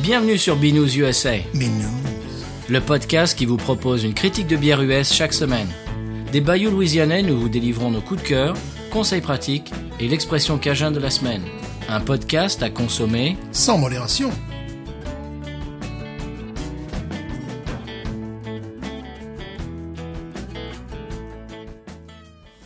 Bienvenue sur Binous USA, Mais non. le podcast qui vous propose une critique de bière US chaque semaine. Des bayous louisianais, nous vous délivrons nos coups de cœur, conseils pratiques et l'expression cajun de la semaine. Un podcast à consommer. Sans modération.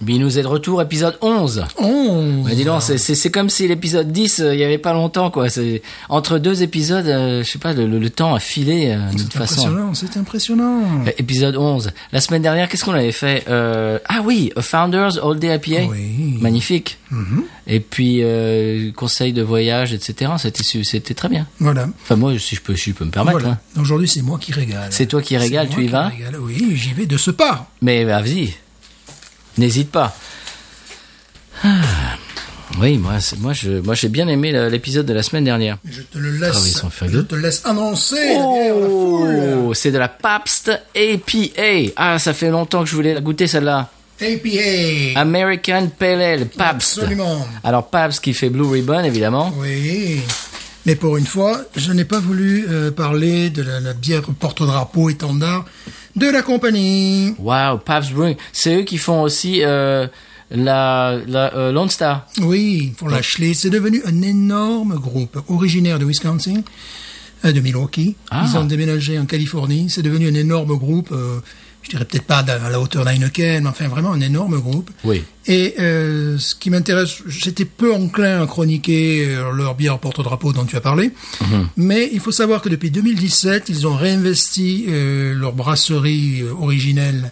Binous est de retour, épisode 11. On. Mais dis donc, c'est- c'est c'est comme si l'épisode 10, euh, il y n'y avait pas longtemps, quoi. C'est- Entre deux épisodes, euh, je sais pas, le, le- le temps a filé euh, d'une C'est façon. impressionnant, c'est impressionnant. Euh, Épisode 11. La semaine dernière, qu'est-ce qu'on avait fait Euh, Ah oui, A Founders All Day IPA. Oui. Magnifique. Mhm. Et puis, euh, conseil de voyage, etc. C'était su- C'était très bien. Voilà. Enfin, moi, si je peux, si je peux me permettre. Voilà. hein. Aujourd'hui, c'est moi qui régale. C'est toi qui régale, C'est tu moi y qui vas régale, Oui, j'y vais de ce pas. Mais bah, vas-y, n'hésite pas. Ah. Oui, moi, c'est- moi, je, moi, j'ai bien aimé la- l'épisode de la semaine dernière. Je te le Travailler laisse. sans faire Oh. je gueule. te laisse annoncer la bière, la foule. Oh, c'est de la Pabst APA. Ah, ça fait longtemps que je voulais la goûter celle-là. APA. American Pale Ale, Pabst. Absolument. Alors Pabst qui fait Blue Ribbon évidemment. Oui. Mais pour une fois, je n'ai pas voulu euh, parler de la, la bière porte-drapeau étendard de la compagnie. Wow, Pabst Brewing. C'est eux qui font aussi euh, la, la euh, Lone Star. Oui, pour la Schlitz. C'est devenu un énorme groupe originaire de Wisconsin, euh, de Milwaukee. Ah. Ils ont déménagé en Californie. C'est devenu un énorme groupe. euh, je dirais peut-être pas à la hauteur d'Heineken, mais enfin vraiment un énorme groupe. Oui. Et euh, ce qui m'intéresse, j'étais peu enclin à chroniquer euh, leur bière porte-drapeau dont tu as parlé, Mhm. mais il faut savoir que depuis 2017, ils ont réinvesti euh, leur brasserie euh, originelle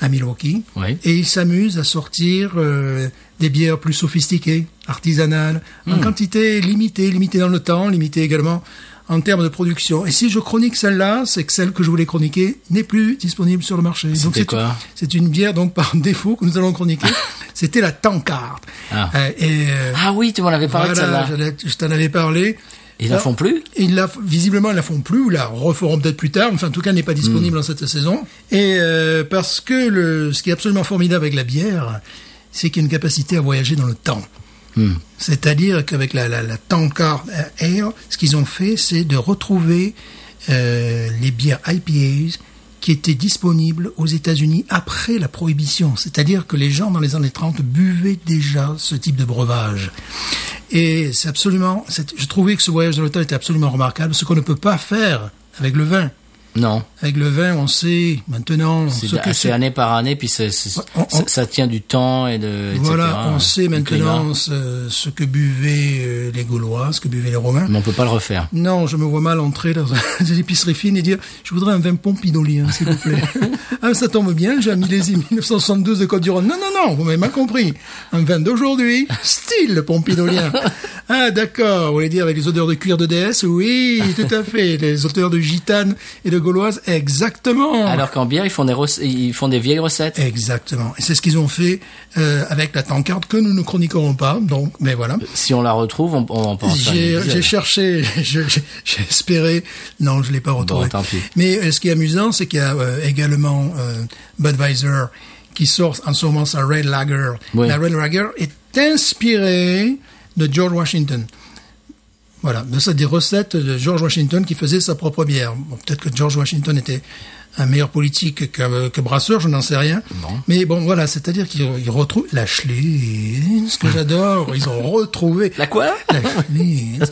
à Milwaukee, Oui. et ils s'amusent à sortir euh, des bières plus sophistiquées, artisanales, en Hmm. quantité limitée, limitée dans le temps, limitée également en termes de production. Et si je chronique celle-là, c'est que celle que je voulais chroniquer n'est plus disponible sur le marché. Donc C'était c'est quoi c'est une bière donc par défaut que nous allons chroniquer. C'était la Tankard. Ah. Euh, et euh, Ah oui, tu m'en avais parlé de celle-là. voilà, j'allais- je t'en avais parlé. Ils en Alors, font plus ils la, visiblement, ils la font plus, ou la referont peut-être plus tard, enfin, en tout cas, elle n'est pas disponible Hmm. en cette saison. Et euh, parce que le, ce qui est absolument formidable avec la bière, c'est qu'il y a une capacité à voyager dans le temps. C'est-à-dire qu'avec la, la, la Tankard Air, ce qu'ils ont fait, c'est de retrouver euh, les bières IPAs qui étaient disponibles aux États-Unis après la prohibition. C'est-à-dire que les gens dans les années 30 buvaient déjà ce type de breuvage. Et c'est absolument, c'est- je trouvais que ce voyage dans le temps était absolument remarquable, ce qu'on ne peut pas faire avec le vin. Non. Avec le vin, on sait maintenant C'est ce que c'est c'est. année par année, puis c'est- c'est- Ouais, on- ça, on- ça tient du temps et de. etc., Voilà, on euh, sait du climat. maintenant ce, ce que buvaient euh, les Gaulois, ce que buvaient les Romains. Mais on peut pas le refaire. Non, je me vois mal entrer dans une épicerie fine et dire Je voudrais un vin pompidolien, s'il vous plaît. ah, ça tombe bien, j'ai un millésime 1972 de Côte-du-Rhône. Non, non, non, vous m'avez mal compris. Un vin d'aujourd'hui, style pompidolien. ah, d'accord, vous voulez dire avec les odeurs de cuir de déesse Oui, tout à fait. Les odeurs de gitane et de gauloise, exactement. Alors qu'en bière, ils font des rec- ils font des vieilles recettes. Exactement. Et c'est ce qu'ils ont fait euh, avec la tankarde que nous ne chroniquerons pas. Donc, mais voilà. Si on la retrouve, on, on en pense. J'ai j'ai cherché, je- je- j'ai espéré. Non, je l'ai pas retrouvé. tant pis. Mais euh, ce qui est amusant, c'est qu'il y a euh, également euh, Budweiser qui sort en ce moment sa Red Lager. Oui. La Red Lager est inspirée de George Washington. Voilà, de ça, des recettes de George Washington qui faisait sa propre bière. Bon, peut-être que George Washington était un meilleur politique que, que brasseur, je n'en sais rien. Mais bon, voilà, c'est-à-dire qu'ils ils retrouvent la Schlitz, que j'adore. Ils ont retrouvé Ah. La quoi la Schlitz.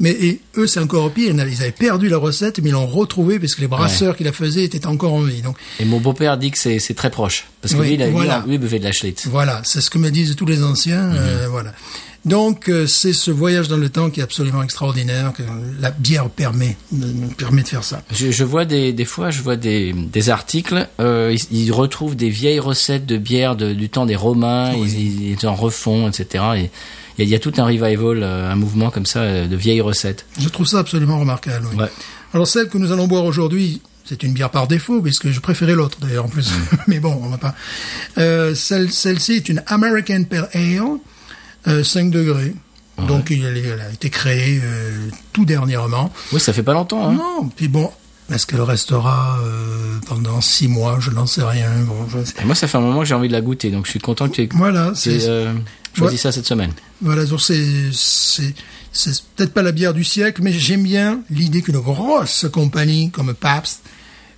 Mais et eux, c'est encore pire. Ils avaient perdu la recette, mais ils l'ont retrouvée parce que les brasseurs qui la faisaient étaient encore en vie. Donc Et mon beau-père dit que c'est c'est très proche. Parce que Oui, lui, il a- lui, voilà. lui, il buvait de la Schlitz. Voilà, c'est ce que me disent tous les anciens. euh, voilà. Donc euh, c'est ce voyage dans le temps qui est absolument extraordinaire que la bière permet euh, permet de faire ça. Je, je vois des, des fois, je vois des, des articles, euh, ils, ils retrouvent des vieilles recettes de bière de- du temps des Romains, ils, ils en refont, etc. Et il y, a- il y a tout un revival, euh, un mouvement comme ça euh, de vieilles recettes. Je trouve ça absolument remarquable. oui. Ouais. Alors celle que nous allons boire aujourd'hui, c'est une bière par défaut, puisque je préférais l'autre d'ailleurs en plus. Mais bon, on va pas. Euh, celle, celle-ci est une American Pale Ale, euh, 5 degrés. Donc il- elle, a été créée euh, tout dernièrement. Oui, ça fait pas longtemps. Hein. Non, puis bon, Est-ce qu'elle restera euh, pendant six mois Je n'en sais rien. Bon, je- Et moi, ça fait un moment que j'ai envie de la goûter, donc je suis content que tu aies Voilà, tu aies, c'est euh, choisi Ouais. ça cette semaine. voilà, donc c'est c'est c'est peut-être pas la bière du siècle, mais j'aime bien l'idée qu'une grosse compagnie comme Pabst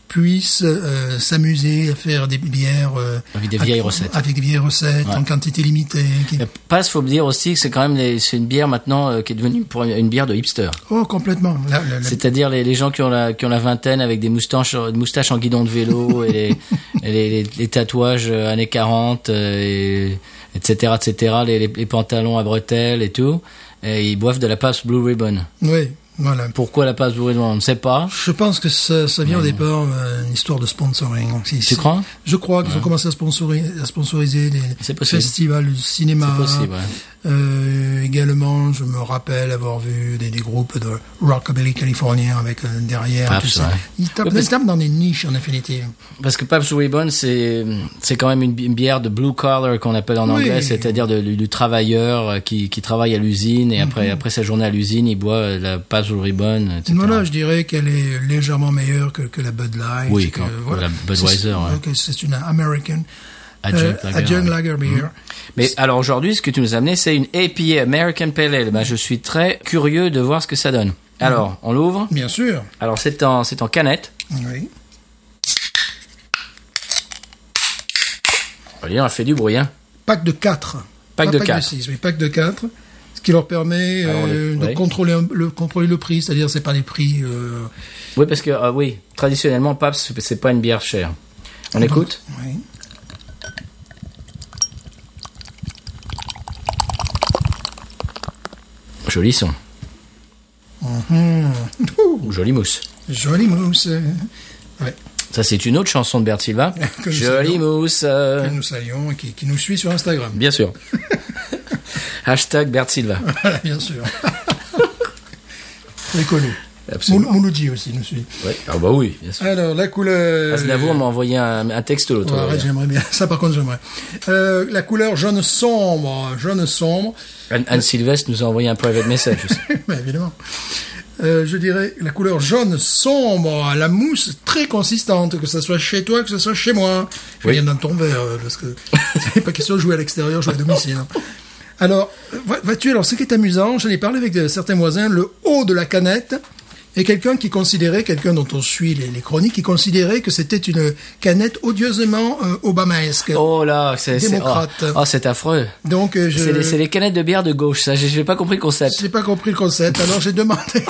puisse euh, s'amuser à faire des bières euh, Avec des vieilles recettes. avec des vieilles recettes en quantité limitée. qui- La Passe, faut me dire aussi que c'est quand même les- c'est une bière maintenant euh, qui est devenue pour une, une bière de hipster. Oh, complètement. La- la- la- C'est-à-dire les, les gens qui ont la qui ont la vingtaine avec des moustaches euh, moustaches en guidon de vélo et les et les, les- les tatouages euh, années 40 euh, et etc etc les, les, les pantalons à bretelles et tout et ils boivent de la passe Blue Ribbon. Oui, voilà. Pourquoi la passe Blue Ribbon On ne sait pas. Je pense que ça, ça vient au départ euh, une histoire de sponsoring. Si- Tu si- crois Je crois qu'ils ont commencé à sponsoriser, à sponsoriser C'est les possible. festivals de cinéma. C'est possible. ouais. Euh, également, je me rappelle avoir vu des, des groupes de rockabilly californien avec euh, derrière Pabst, tout ça. ouais. Ils tapent, Ouais, parce- ils tapent dans des niches en définitive. Parce que Pabst Blue Ribbon, c'est c'est quand même une, bi- une bière de blue collar qu'on appelle en Oui. anglais, c'est-à-dire de- du, du travailleur euh, qui, qui travaille à l'usine et après après sa journée à l'usine, il boit euh, la Pabst Blue Ribbon, etc. Voilà, je dirais qu'elle est légèrement meilleure que, que la Bud Light. Oui, que, quand- la Budweiser, C'est- ouais. ok, C'est une American Adjunct euh, lager, adjunct ouais. Mm-hmm. lager beer. Mais alors aujourd'hui, ce que tu nous as amené, c'est une APA American Pale Ale. Ben, je suis très curieux de voir ce que ça donne. Alors, on l'ouvre. Bien sûr. Alors c'est en c'est en canette. Oui. Voyez, on fait du bruit. Hein. Pack de 4. Pack de Pack quatre. Ah, de 6, mais pack de 4. Ce qui leur permet Alors, euh, le- de ouais. contrôler, un- le, contrôler le prix, c'est-à-dire c'est pas des prix. euh, Oui, parce que ah oui, traditionnellement, Pabst, c'est- c'est pas une bière chère. On écoute. oui. Joli son, Hum, ouh, jolie mousse. Jolie mousse. Ouais. Ça, c'est une autre chanson de Bert Silva. Que nous Jolie mousse. euh, que nous saluons et qui, qui nous suit sur Instagram. Bien sûr. Hashtag Bert Silva. Voilà, bien sûr. Très connu. Absolument. Moul- Mouloudji aussi nous suit. Ouais. Ah bah oui, bien sûr. Alors, la couleur. Aznavour m'a envoyé un, un texte l'autre. Ouais, arrête, d'ailleurs. j'aimerais bien. Ça, par contre, j'aimerais. Euh, la couleur jaune sombre. Jaune sombre. Anne, Anne Sylvestre nous a envoyé un private message. aussi. Mais évidemment. Euh, je dirais la couleur jaune sombre, la mousse très consistante, que ce soit chez toi, que ce soit chez moi. Je Oui. viens dans ton verre, euh, parce que c'est pas question de jouer à l'extérieur, jouer à domicile. hein. Alors, va- vas-tu, alors ce qui est amusant, j'en ai parlé avec euh, certains voisins, le haut de la canette, et quelqu'un qui considérait, quelqu'un dont on suit les, les chroniques, qui considérait que c'était une canette odieusement euh, obamaesque. Oh là, c'est c'est- oh, Démocrate. oh, c'est affreux. Donc, euh, je... C'est les, c'est les canettes de bière de gauche, ça. J'ai j'ai pas compris le concept. J'ai pas compris le concept, alors j'ai demandé,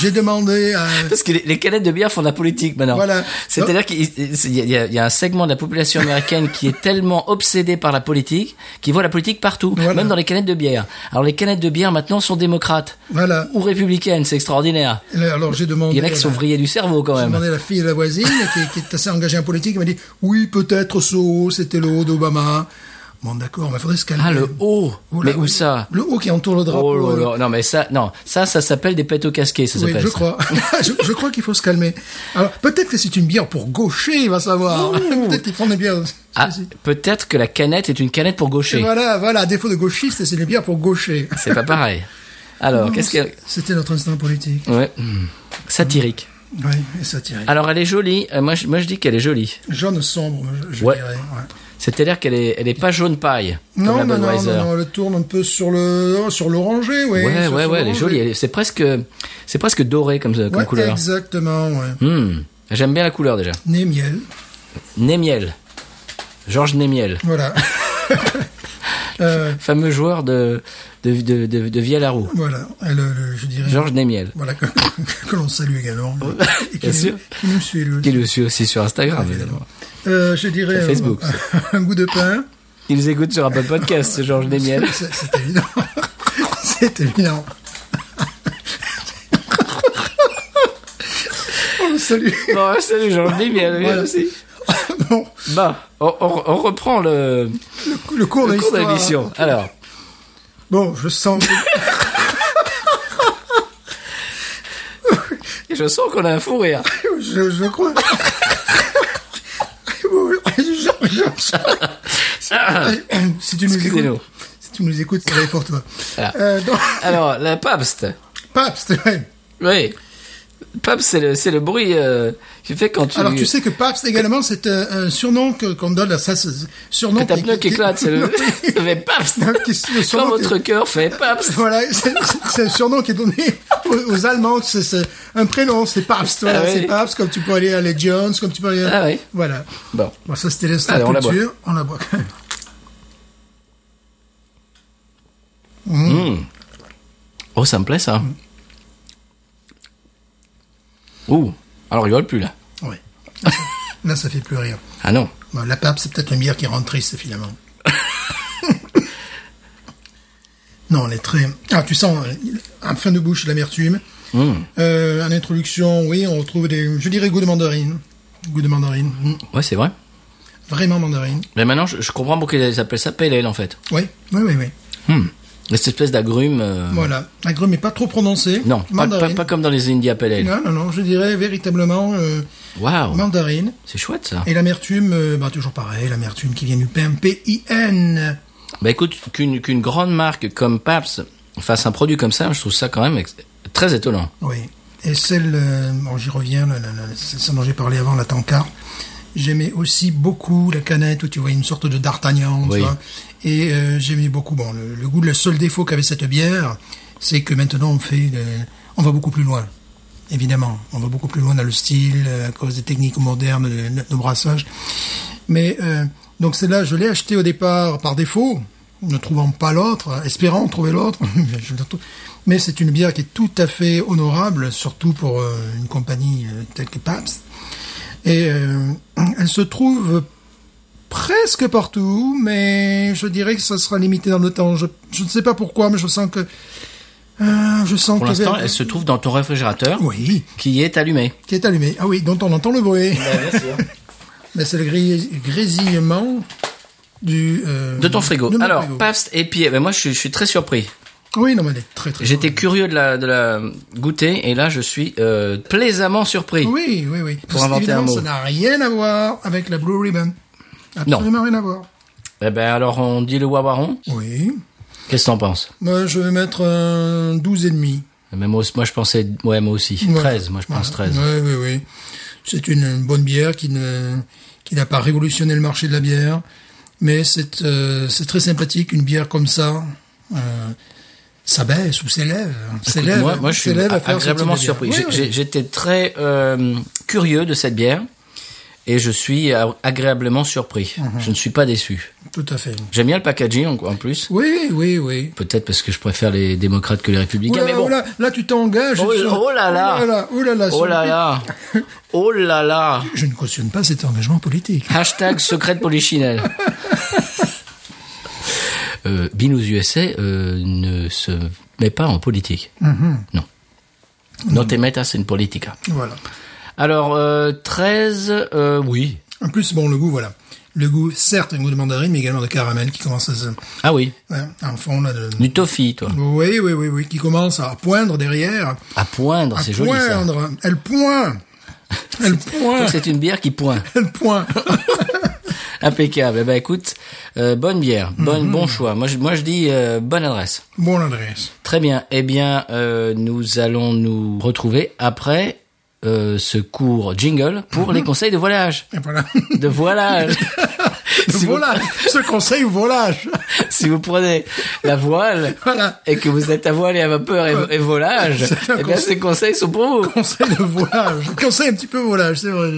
j'ai demandé à... Parce que les, les canettes de bière font de la politique maintenant. Voilà. C'est-à-dire qu'il il y a- il y a, il y a un segment de la population américaine qui est tellement obsédé par la politique, qui voit la politique partout, Voilà. même dans les canettes de bière. Alors les canettes de bière maintenant sont démocrates. Voilà. ou républicaine, c'est extraordinaire. Et là, Alors j'ai demandé. Il y en a qui sont à la- vrillés du cerveau quand J'ai même. demandé à la fille de la voisine, qui, qui est assez engagée en politique, elle m'a dit oui, peut-être ce haut, c'était le haut d'Obama. Bon, d'accord, mais faudrait se calmer. Ah le haut, Oh là, mais où oui. ça Le haut qui entoure le drapeau. euh, Oh là là, non mais ça, non, ça, ça s'appelle des pètes au casquet, ça Oui, s'appelle. je ça. crois. je, je crois qu'il faut se calmer. Alors peut-être que c'est une bière pour gaucher, il va savoir. peut-être qu'ils prend des bières. Ah, peut-être que la canette est une canette pour Et gaucher. Voilà, voilà, à défaut de gauchiste, c'est des bières pour gaucher. C'est pas pareil. Alors, qu'est-ce que C'était notre instinct politique. Ouais. hmm, Satirique. Oui, et satirique. Alors elle est jolie. Euh, moi, je, moi je dis qu'elle est jolie. Jaune sombre, je, je Ouais. dirais. ouais. C'est-à-dire qu'elle est, elle est pas jaune paille. comme Non, la non, non, Budweiser. non, non, elle tourne un peu sur le oh, sur l'orangé, Ouais, ouais. sur- ouais, sur ouais, elle est l'orangé. jolie. Elle est- C'est presque, c'est presque doré comme, comme Ouais, couleur. Exactement, ouais. Hmm, J'aime bien la couleur déjà. Nez miel, Némiel. Georges Némiel. voilà. Euh, fameux joueur de, de, de, de, de Villaroux, voilà, et le- le- je dirais. Georges Némiel, Voilà, que, que- que l'on salue également. Et qui, Bien sûr. qui nous suit, lui. qui le suit aussi sur Instagram. évidemment. Euh, je dirais. Sur Facebook, euh, un goût de pain. Il nous écoute sur un podcast, ce Georges Némiel. C'est c'est évident. C'est évident. On le salue. Bon, ouais, Oh, salut Georges Némiel, viens Voilà. aussi. Bon, Bah, on, on- on reprend le, le le cours cours de l'histoire. l'émission. Alors, Bon, je sens. je sens qu'on a un fou rire. Je, je crois. Je- je- si tu nous Ah. Excusez-nous. écoutes, si tu nous écoutes, ça va être pour toi. Voilà. Euh, donc, Alors, la Pabst. Pabst, ouais. Oui. Paps, c'est le, c'est le bruit euh, qui fait quand tu. Alors tu sais que Paps également c'est euh, un, un surnom que qu'on donne à ça, c'est- surnom que ta pneu qui éclate, c'est le. ça fait Paps qui- le Quand surnom qui- votre cœur fait Paps Voilà, c'est c'est un surnom qui est donné aux, aux Allemands. C'est c'est un prénom, c'est Pabst. Voilà, Ah oui. c'est Pabst, comme tu peux aller à les Jones, comme tu peux aller. À... Ah oui. Voilà. Bon. Bon, ça c'était l'instant Allez, on la culture. On la boit. Oh, ça me plaît ça. Mmh. Ouh, alors rigole plus là. Ouais. Là, ça fait plus rire. Ah non. Bon, la Pabst, c'est peut-être une bière qui rend triste finalement. non, on est très. Ah, tu sens euh, en fin de bouche l'amertume. Mm. Euh, en introduction, oui, on retrouve des. Je dirais goût de mandarine. Goût de mandarine. Mm. Ouais, c'est vrai. Vraiment mandarine. Mais maintenant, je, je comprends pourquoi ils appellent ça pale ale, en fait. Oui, oui, oui, oui. Hmm. Cette espèce d'agrume. euh, Voilà, un grume n'est pas trop prononcé. Non, pas, mandarine. pas- pas comme dans les India pale ale. Non, non, non, je dirais véritablement euh, Waouh, mandarine. c'est chouette ça. Et l'amertume, euh, bah, toujours pareil, l'amertume qui vient du pain, P-I-N. Bah écoute, qu'une qu'une grande marque comme Pabst fasse un produit comme ça, je trouve ça quand même ex- très étonnant. Oui. Et celle, euh, bon, j'y reviens, la- la- la- c'est celle dont j'ai parlé avant, la Tankard. J'aimais aussi beaucoup la canette où tu vois une sorte de d'Artagnan, tu Oui. vois. Et euh, j'aimais beaucoup, bon, le, le goût, le seul défaut qu'avait cette bière, c'est que maintenant on fait, euh, on va beaucoup plus loin. Évidemment, on va beaucoup plus loin dans le style, euh, à cause des techniques modernes de, de brassage. Mais euh, donc celle-là, je l'ai achetée au départ par défaut, ne trouvant pas l'autre, espérant trouver l'autre. Je la trouve. Mais c'est une bière qui est tout à fait honorable, surtout pour euh, une compagnie euh, telle que Pabst. Et euh, elle se trouve presque partout, mais je dirais que ça sera limité dans le temps. Je, je ne sais pas pourquoi, mais je sens que... euh, je sens Pour que... l'instant, elle se trouve dans ton réfrigérateur Oui, qui est allumé. qui est allumé. Ah oui, dont on entend le bruit. Mais c'est le gré- grésillement du... euh, De ton frigo. de mon Alors, frigo. Pabst et puis, ben moi je, suis- je suis très surpris. Oui, non, mais elle est très très... J'étais curieux de la, de la goûter et là je suis euh, plaisamment surpris. Oui, oui, oui. Parce inventer qu'évidemment, un mot. ça n'a rien à voir avec la Blue Ribbon. Absolument rien à voir. Eh ben alors on dit le Wawaron. Oui. Qu'est-ce que t'en penses Moi, je vais mettre un 12,5. Mais moi, moi je pensais, ouais moi aussi. Ouais. 13, moi je pense Voilà. 13. Oui, oui, oui. C'est une bonne bière qui ne qui n'a pas révolutionné le marché de la bière, mais c'est euh, c'est très sympathique une bière comme ça. Euh, ça baisse ou s'élève, hein, s'élève, moi, moi, je suis s'élève à faire ce type de agréablement bière. surpris. Oui, J'ai- oui. j'ai- J'étais très euh, curieux de cette bière et je suis a- agréablement surpris. Mhm. Je ne suis pas déçu. Tout à fait. J'aime bien le packaging en, en plus. Oui, oui, oui. Peut-être parce que je préfère les démocrates que les Oh républicains, là, mais là, bon. oh là, là, tu t'engages. Oh, sur- oh là là. oh là là, oh là là, Oh sur- là là Oh là là Je ne cautionne pas cet engagement politique. Hashtag secret de Polichinelle. euh, Binous USA euh, ne se met pas en politique. Mhm. Non. Non te metas en politica. Voilà. Alors, euh, 13, euh, oui. En plus, bon, le goût, voilà. Le goût, certes, un goût de mandarine, mais également de caramel qui commence à se, Ah oui, ouais, Hein, en fond, là, de, du toffee, toi. Oui, oui, oui, oui, qui commence à poindre derrière. À poindre, À Oh, c'est joli ça. poindre. Elle point. Elle Donc, point. C'est une bière qui pointe. Elle point. Impeccable. Eh ben écoute, euh, bonne bière, Mhm. bonne, bon choix. Moi je, moi, je dis euh, bonne adresse. Bon, l'adresse. Très bien. Eh bien, euh, nous allons nous retrouver après euh, ce cours jingle Mhm. pour les conseils de voilage. Et voilà. De voilage. Si vous- Volage. Ce conseil volage. si vous prenez la voile Voilà. et que vous êtes à voile et à vapeur et, et volage, C'est un eh bien, conseil. ces conseils sont pour vous. Conseil de volage. Conseil un petit peu volage, c'est vrai.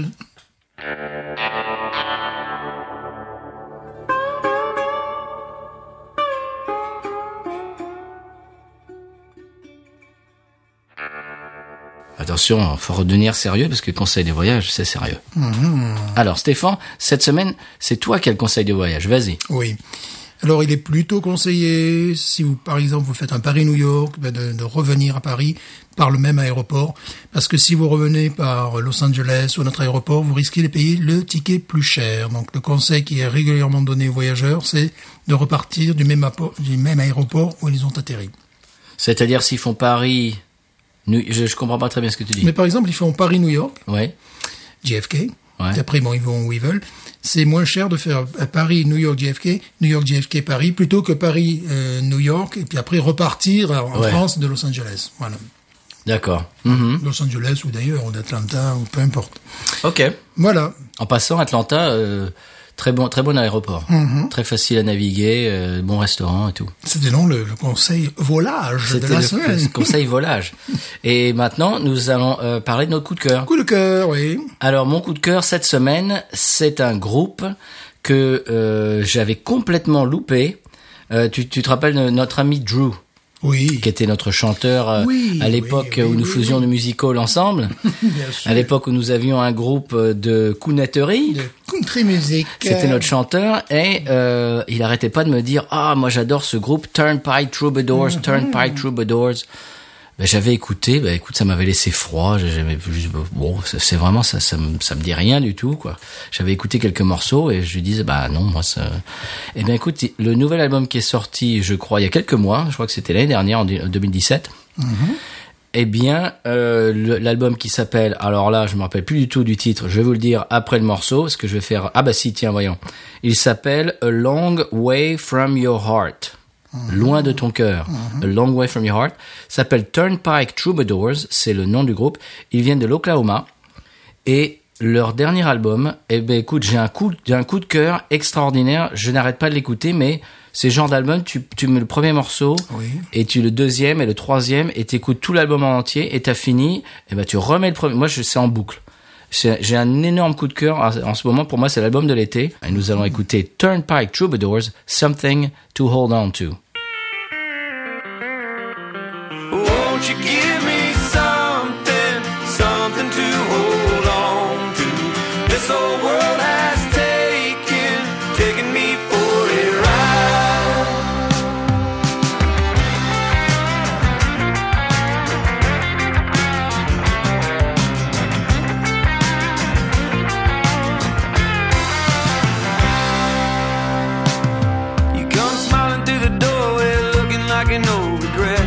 Attention, hein, faut redevenir sérieux parce que conseil des voyages, c'est sérieux. Mhm. Alors Stéphane, cette semaine, c'est toi qui as le conseil de voyage. Vas-y. Oui. Alors, il est plutôt conseillé, si vous, par exemple, vous faites un Paris-New York, ben, de, de revenir à Paris par le même aéroport. Parce que si vous revenez par Los Angeles ou notre aéroport, vous risquez de payer le ticket plus cher. Donc, le conseil qui est régulièrement donné aux voyageurs, c'est de repartir du même, appo- du même aéroport où ils ont atterri. C'est-à-dire s'ils font Paris, New- je, je comprends pas très bien ce que tu dis. Mais par exemple, ils font Paris-New York, Ouais. JFK. Ouais. Et après, bon, ils vont où ils veulent. C'est moins cher de faire à Paris, New York, JFK, New York, JFK, Paris, plutôt que Paris, euh, New York, et puis après repartir en Ouais. France de Los Angeles. Voilà. D'accord. Mhm. Los Angeles ou d'ailleurs, ou d'Atlanta, ou peu importe. Ok. Voilà. En passant, Atlanta, euh, très bon, très bon aéroport, Mhm. très facile à naviguer, euh, bon restaurant et tout. C'était donc le, le conseil volage de C'était la le semaine. conseil volage. Et maintenant, nous allons euh, parler de notre coup de cœur. Coup de cœur, oui. Alors mon coup de cœur cette semaine, c'est un groupe que euh, j'avais complètement loupé. Euh, tu, tu te rappelles de notre ami Drew, Oui. qui était notre chanteur euh, Oui, à oui, l'époque oui, où nous oui, faisions oui. de musical ensemble, Bien sûr. à l'époque où nous avions un groupe de counetterie. De country music. C'était notre chanteur et euh, il arrêtait pas de me dire ah moi j'adore ce groupe Turnpike Troubadours Turnpike Troubadours. Ben, j'avais écouté, ben écoute ça m'avait laissé froid, j'ai- j'avais juste bon ça- c'est vraiment ça ça me ça me dit rien du tout quoi. J'avais écouté quelques morceaux et je lui disais bah non moi ça et ben écoute le nouvel album qui est sorti je crois il y a quelques mois, je crois que c'était l'année dernière en du- 2017. Eh bien, euh, le- l'album qui s'appelle, alors là, je me rappelle plus du tout du titre, je vais vous le dire après le morceau, ce que je vais faire, ah bah si, tiens, voyons. Il s'appelle A Long Way From Your Heart. Loin de ton cœur. A Long Way From Your Heart. S'appelle Turnpike Troubadours, c'est le nom du groupe. Ils viennent de l'Oklahoma. Et leur dernier album, eh ben écoute, j'ai un coup, j'ai un coup de cœur extraordinaire. Je n'arrête pas de l'écouter, mais c'est le genre d'album, tu, tu mets le premier morceau, Oui. et tu le deuxième et le troisième, et t'écoutes tout l'album en entier, et t'as fini, et ben tu remets le premier. Moi, je c'est en boucle. C'est- J'ai un énorme coup de cœur en en ce moment. Pour moi, c'est l'album de l'été. Et nous allons écouter Turnpike Troubadours, Something to Hold On To. Won't you give me something, something to hold on to? This old world has taken, taken me for a ride. You come smiling through the doorway, looking like an old regret.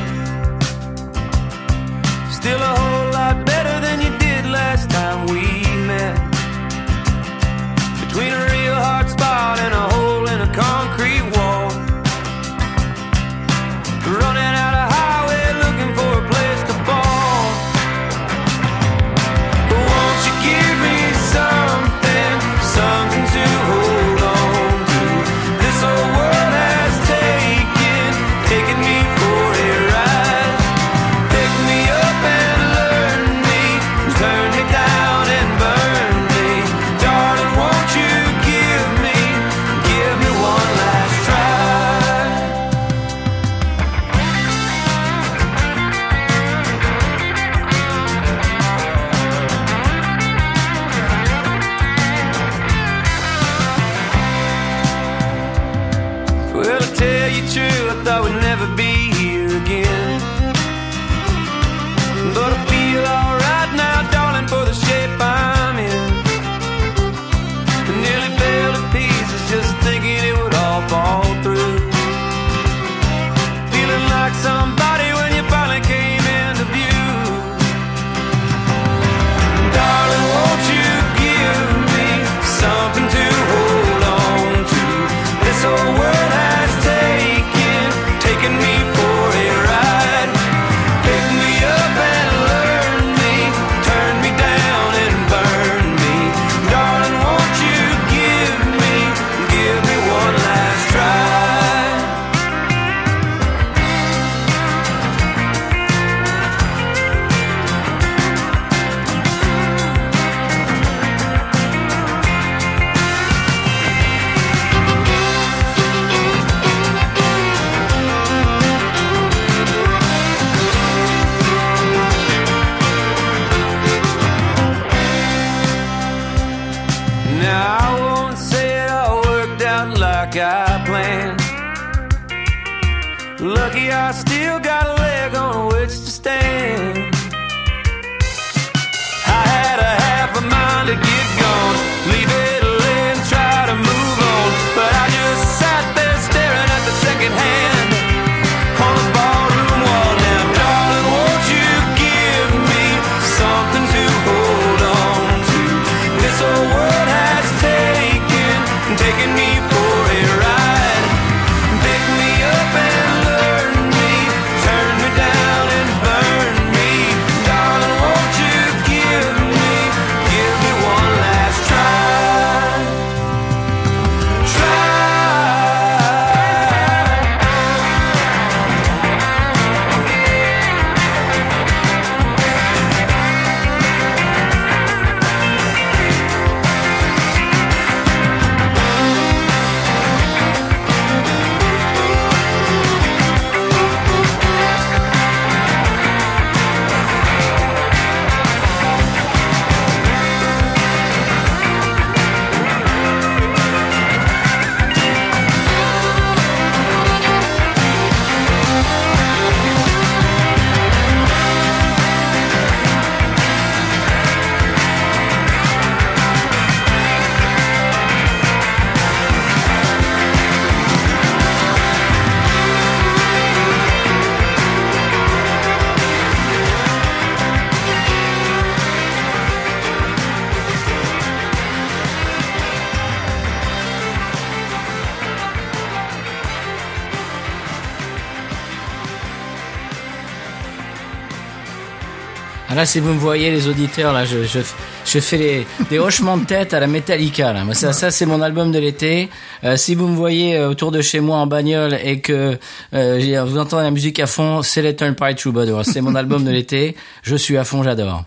Ah, là, si vous me voyez, les auditeurs, là, je, je, je fais les, des hochements de tête à la Metallica. Là. Moi, ça, ça c'est mon album de l'été. Euh, si vous me voyez euh, autour de chez moi en bagnole et que euh, j'ai- vous entendez la musique à fond, c'est les Turnpike Troubadour. C'est mon album de l'été. Je suis à fond, j'adore.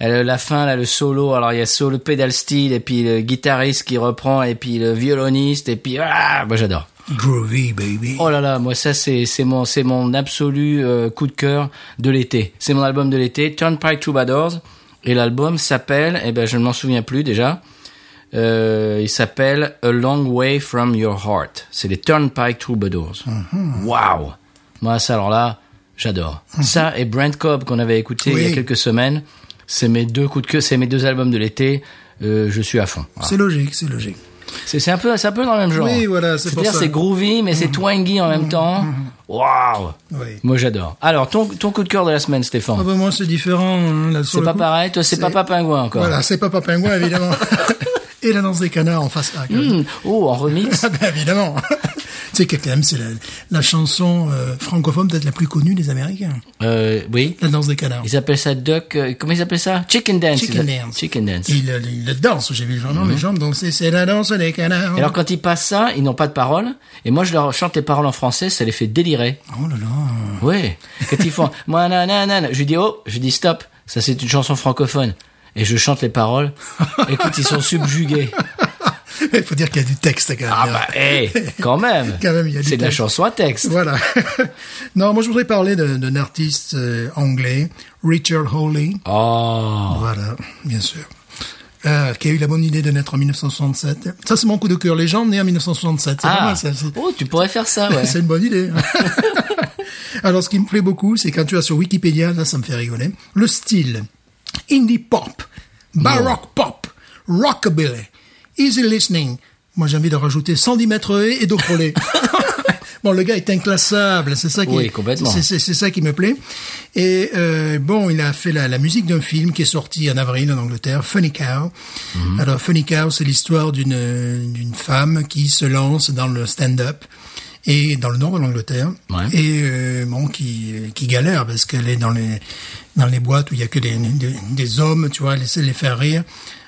Euh, La fin, là, le solo. Alors, il y a solo pedal steel et puis le guitariste qui reprend et puis le violoniste et puis ah, moi j'adore. Groovy, baby. Oh là là, moi ça c'est c'est mon c'est mon absolu euh, coup de cœur de l'été. C'est mon album de l'été, Turnpike Troubadours. Et l'album s'appelle, eh ben je ne m'en souviens plus déjà. Euh, il s'appelle A Long Way from Your Heart. C'est les Turnpike Troubadours. Waouh Moi ça alors là, j'adore. Ça et Brent Cobb qu'on avait écouté il y a Oui. quelques semaines, c'est mes deux coups de cœur, c'est mes deux albums de l'été. Euh, je suis à fond. Voilà. C'est logique, c'est logique. C'est c'est un peu, c'est un peu dans le même genre. Oui, voilà, c'est pour C'est-à-dire ça. Mm-hmm. c'est groovy, mais c'est twangy en même temps. Waouh Oui. Moi j'adore. Alors ton, ton coup de cœur de la semaine, Stéphane. Ah bah moi c'est différent. hein, là, sur c'est le pas coup. pareil. Toi c'est C'est- Papa Pingouin encore. Voilà, c'est Papa Pingouin évidemment. Et la danse des canards en face A. quand même. Hmm. Oh en remix. Ah ben évidemment. c'est que quand même c'est la, la chanson euh, francophone peut-être la plus connue des Américains. euh, oui. La danse des canards. Ils appellent ça duck. euh, comment ils appellent ça Chicken dance. Chicken ils a- dance. Chicken dance. Il, il le danse, j'ai vu vraiment les jambes danser. C'est la danse des canards. Et alors quand ils passent ça, ils n'ont pas de paroles. Et moi je leur chante les paroles en français, ça les fait délirer. Oh là là. Ouais. Quand ils font moi nanana, je dis oh, je dis stop. Ça c'est une chanson francophone. Et je chante les paroles. Écoute, ils sont subjugués. Il faut dire qu'il y a du texte quand même. Ah bah, hey, quand même. Quand même, il y a du C'est de la texte. chanson à texte. Voilà. non, moi je voudrais parler d'un d'un artiste euh, anglais, Richard Hawley. Oh. Voilà, bien sûr. Euh, qui a eu la bonne idée de naître en 1967. Ça, c'est mon coup de cœur. Les gens nés en 1967. C'est pas Ah. mal, ça. C'est- Oh, tu pourrais faire ça, ouais. C'est une bonne idée. Alors, ce qui me plaît beaucoup, c'est quand tu vas sur Wikipédia, là, ça me fait rigoler. Le style. Indie pop. Baroque pop. Rockabilly. Easy listening. Moi, j'ai envie de rajouter 110 mètres haies et dos collé. Bon, le gars est inclassable, c'est ça qui Oui, complètement. c'est- c'est c'est ça qui me plaît. Et euh, bon, il a fait la, la musique d'un film qui est sorti en avril en Angleterre, Funny Cow. Mhm. Alors Funny Cow, c'est l'histoire d'une euh, d'une femme qui se lance dans le stand-up et dans le nord de l'Angleterre Ouais. et euh, bon qui euh, qui galère parce qu'elle est dans les dans les boîtes où il y a que des des, des hommes, tu vois, laisser les faire rire.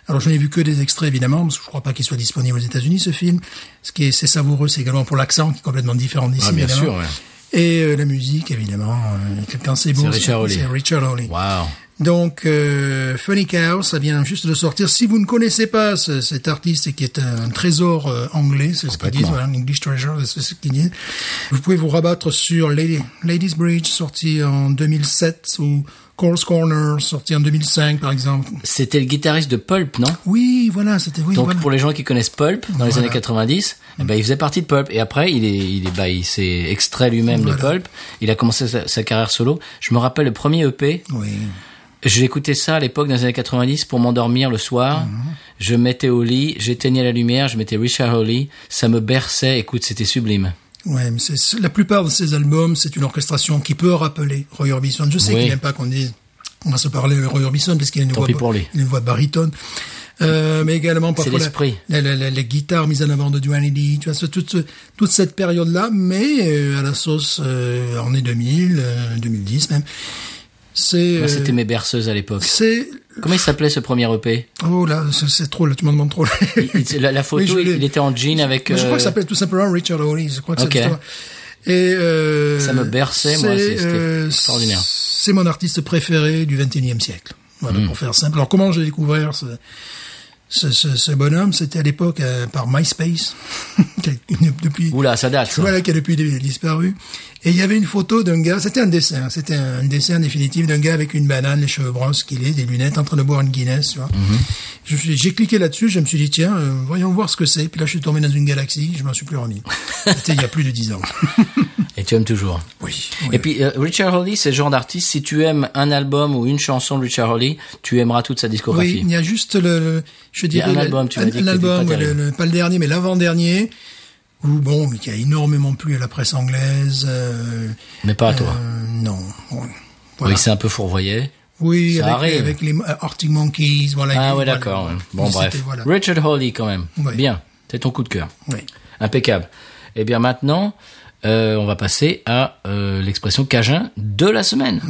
Alors je n'ai vu que des extraits évidemment, parce que je crois pas qu'il soit disponible aux États-Unis ce film. Ce qui est c'est savoureux, c'est également pour l'accent qui est complètement différent d'ici. Ah, bien évidemment. sûr, ouais. Et euh, la musique, évidemment, euh, quand c'est C'est bon, Richard Hawley. c'est Richard Hawley. Wow. Donc, euh, Funny Cow, ça vient juste de sortir. Si vous ne connaissez pas ce- cet artiste qui est un trésor euh, anglais, c'est ce qu'ils disent, voilà, un English treasure, c'est ce qu'ils disent. Vous pouvez vous rabattre sur Lady, Ladies Bridge, sorti en 2007, ou Course Corner, sorti en 2005, par exemple. C'était le guitariste de Pulp, non Oui, voilà, c'était... Oui, Donc voilà. pour les gens qui connaissent Pulp dans les Voilà. années 90, eh ben, il faisait partie de Pulp et après il est il est bah, il s'est extrait lui-même de Voilà. Pulp. Il a commencé sa, sa carrière solo. Je me rappelle le premier EP. Oui. J'ai écouté ça à l'époque dans les années 90 pour m'endormir le soir. Mhm. Je mettais au lit, j'éteignais la lumière, je mettais Richard Hawley, ça me berçait. Écoute, c'était sublime. Ouais, mais c'est- c'est- la plupart de ces albums, c'est une orchestration qui peut rappeler Roy Orbison. Je sais Oui. qu'il n'aime pas qu'on dise, on va se parler de Roy Orbison parce qu'il a une Tant voix, pis pour lui. une voix baritone. Euh, mais également parfois la- l'esprit. la- la- la- les guitares mises en avant de Duane tu vois, ce- toute, ce- toute cette période-là, mais euh, à la sauce euh, année 2000, euh, 2010 même. C'est, Moi, C'était euh, mes berceuses à l'époque. c'est, Comment il s'appelait ce premier EP oh là, c'est, c'est trop, là, tu m'en demandes trop. Il- il- la, la Oui, je photo, il, l'ai. il était en jean avec. Mais Je crois euh, que ça s'appelle tout simplement Richard Hawley. Je crois que c'est Ok. l'histoire. Et euh, Ça me berçait, moi, c'est- c'était extraordinaire. C'est mon artiste préféré du 21e siècle. Voilà, Mm. pour faire simple. Alors, comment j'ai découvert ce, ce, ce, ce bonhomme C'était à l'époque euh, par MySpace. qui a- depuis, Oula, ça date. ça. voilà, qui a depuis disparu. Et il y avait une photo d'un gars, c'était un dessin, hein, c'était un dessin définitif d'un gars avec une banane, les cheveux bruns, ce qu'il est, des lunettes, en train de boire une Guinness, tu vois. Mhm. Je me suis- J'ai cliqué là-dessus, je me suis dit, tiens, euh, voyons voir ce que c'est. Puis là, je suis tombé dans une galaxie, je m'en suis plus remis. C'était il y a plus de dix ans. Et tu aimes toujours. oui. Et puis euh, Richard Hawley, c'est le genre d'artiste. Si tu aimes un album ou une chanson de Richard Hawley, tu aimeras toute sa Oui, discographie. il y a juste le, le- y je a dirais, un le- album, tu m'as un- dit que un t'étais album, pas le- terrible. le- pas le dernier, mais l'avant-dernier, où bon, qui a énormément plu à la presse anglaise. euh, mais pas à toi. euh, non. Bon, Oui, c'est un peu fourvoyé. Oui, Ça avec, arrive. avec les euh, Arctic Monkeys, voilà. Ah Et ouais, voilà. d'accord. ouais. Bon, Mais bref. c'était- Voilà. Richard Hawley quand même. Ouais. Bien, c'est ton coup de cœur. Oui. Impeccable. Eh bien maintenant, euh, on va Hmm. passer à euh, l'expression cajun de la semaine.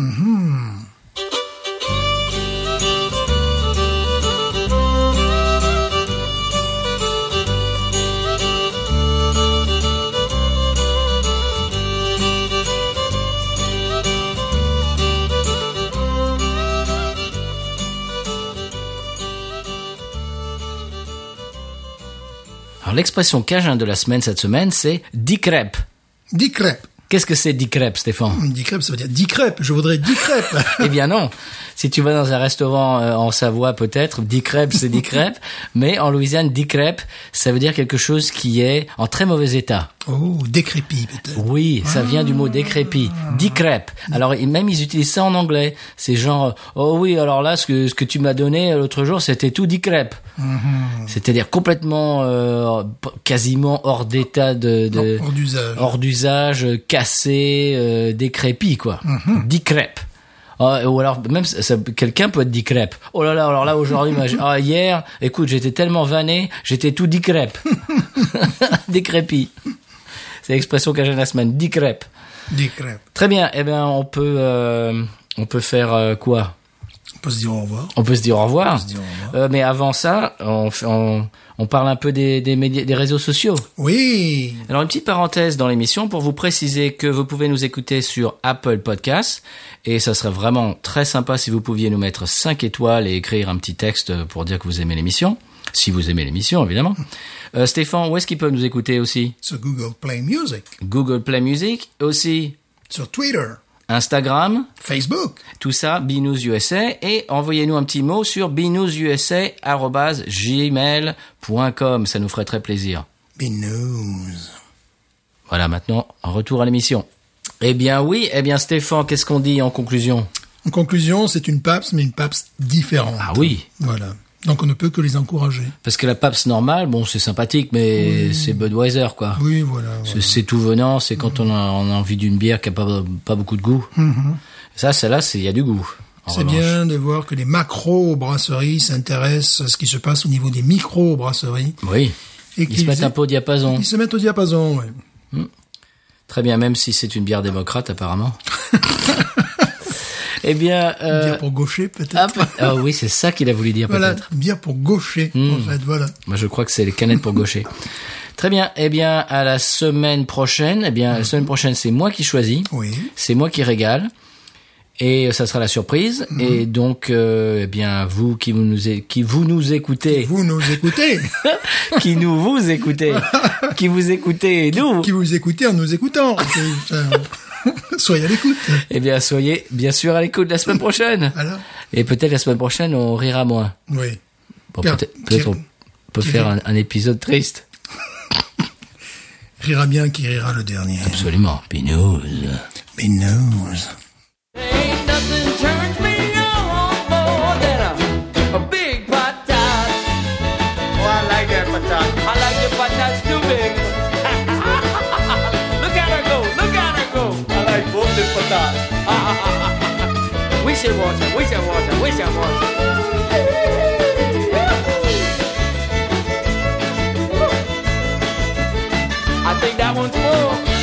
Alors, l'expression cajun de la semaine cette semaine, c'est dix crêpes. Dix crêpes. Qu'est-ce que c'est dix crêpes, Stéphane Dix crêpes, ça veut dire dix crêpes. Je voudrais dix crêpes. Eh bien non. Si tu vas dans un restaurant euh, en Savoie, peut-être, 10 crêpes, c'est 10 crêpes. Mais en Louisiane, 10 crêpes, ça veut dire quelque chose qui est en très mauvais état. oh, décrépit peut-être. Oui, ça vient du mot décrépit. 10 crêpes. Alors, et même, ils utilisent ça en anglais. C'est genre, oh oui, alors là, ce que, ce que tu m'as donné l'autre jour, c'était tout 10 crêpes. C'est-à-dire complètement, euh, quasiment hors d'état de... de- Hors d'usage. hors d'usage, euh, cassé, euh, décrépit, quoi. Mhm. Dix crêpes. Ah, ou alors même ça- ça- quelqu'un peut être dit crêpes. Oh là là, alors là aujourd'hui, moi, j'ai- ah, hier, écoute, j'étais tellement vanné, j'étais tout dit crêpes, décrépit. C'est l'expression qu'a jeune la semaine, dit crêpes. Des crêpes. Très bien. Eh bien, on peut, euh, on peut faire euh, quoi On peut se dire au revoir. On peut se dire au revoir. se dire au revoir. Euh, mais avant ça, on, fait- on, on parle un peu des, des, médias, des réseaux sociaux. Oui. Alors une petite parenthèse dans l'émission pour vous préciser que vous pouvez nous écouter sur Apple Podcasts et ça serait vraiment très sympa si vous pouviez nous mettre 5 étoiles et écrire un petit texte pour dire que vous aimez l'émission. Si vous aimez l'émission, évidemment. Euh, Stéphane, où est-ce qu'ils peuvent nous écouter aussi Sur Google Play Music. Google Play Music, aussi Sur Twitter. Instagram, Facebook. tout ça, Binous USA, et envoyez-nous un petit mot sur binoususa.gmail.com, ça nous ferait très plaisir. Be news. Voilà, maintenant, un retour à l'émission. Eh bien oui, eh bien Stéphane, qu'est-ce qu'on dit en conclusion En conclusion, c'est une PAPS, mais une PAPS différente. Ah oui, Voilà. Donc on ne peut que les encourager. parce que la PAPS normale, bon, c'est sympathique, mais c'est Budweiser, quoi. Oui, voilà. C'est- C'est tout venant, c'est quand on, a, on a envie d'une bière qui a pas, pas beaucoup de goût. Ça, celle-là, c'est- il y a du goût. en Mm-hmm. C'est revanche. bien de voir que les macro-brasseries s'intéressent à ce qui se passe au niveau des micro-brasseries. Oui, Et ils se qu'ils mettent aient- un peu au diapason. Ils se mettent au diapason, ouais. Très bien, même si c'est une bière démocrate, apparemment. eh bien... euh, Bière pour gaucher, peut-être. ah, peut- ah oui, c'est ça qu'il a voulu dire, voilà, peut-être. Hmm. bière pour gaucher, en fait, voilà. Moi, je crois que c'est les canettes pour gaucher. Très bien. Eh bien, à la semaine prochaine. Eh bien, la semaine prochaine, c'est moi qui choisis. Oui. C'est moi qui régale. Et euh, ça sera la surprise. Mhm. Et donc, euh, eh bien, vous qui vous nous, é- qui vous nous écoutez, Vous nous écoutez, qui nous vous écoutez, qui vous écoutez, nous, qui vous écoutez en nous écoutant. C'est- ça- Soyez à l'écoute. eh bien, soyez bien sûr à l'écoute la semaine prochaine. Voilà. Et peut-être la semaine prochaine, on rira moins. Oui. Bon, Car- peut-être peut-être on Thierry- peut faire un- un épisode triste. Rira bien qui rira le dernier. Absolument. Binouze. Mais non. Ain't nothing turns me on more than a, a big patat. Oh, I like that patat. I like the patats too big. look at her go, look at her go. I like both the patats. we should watch her, we should watch her, we should watch her. I think that one's full.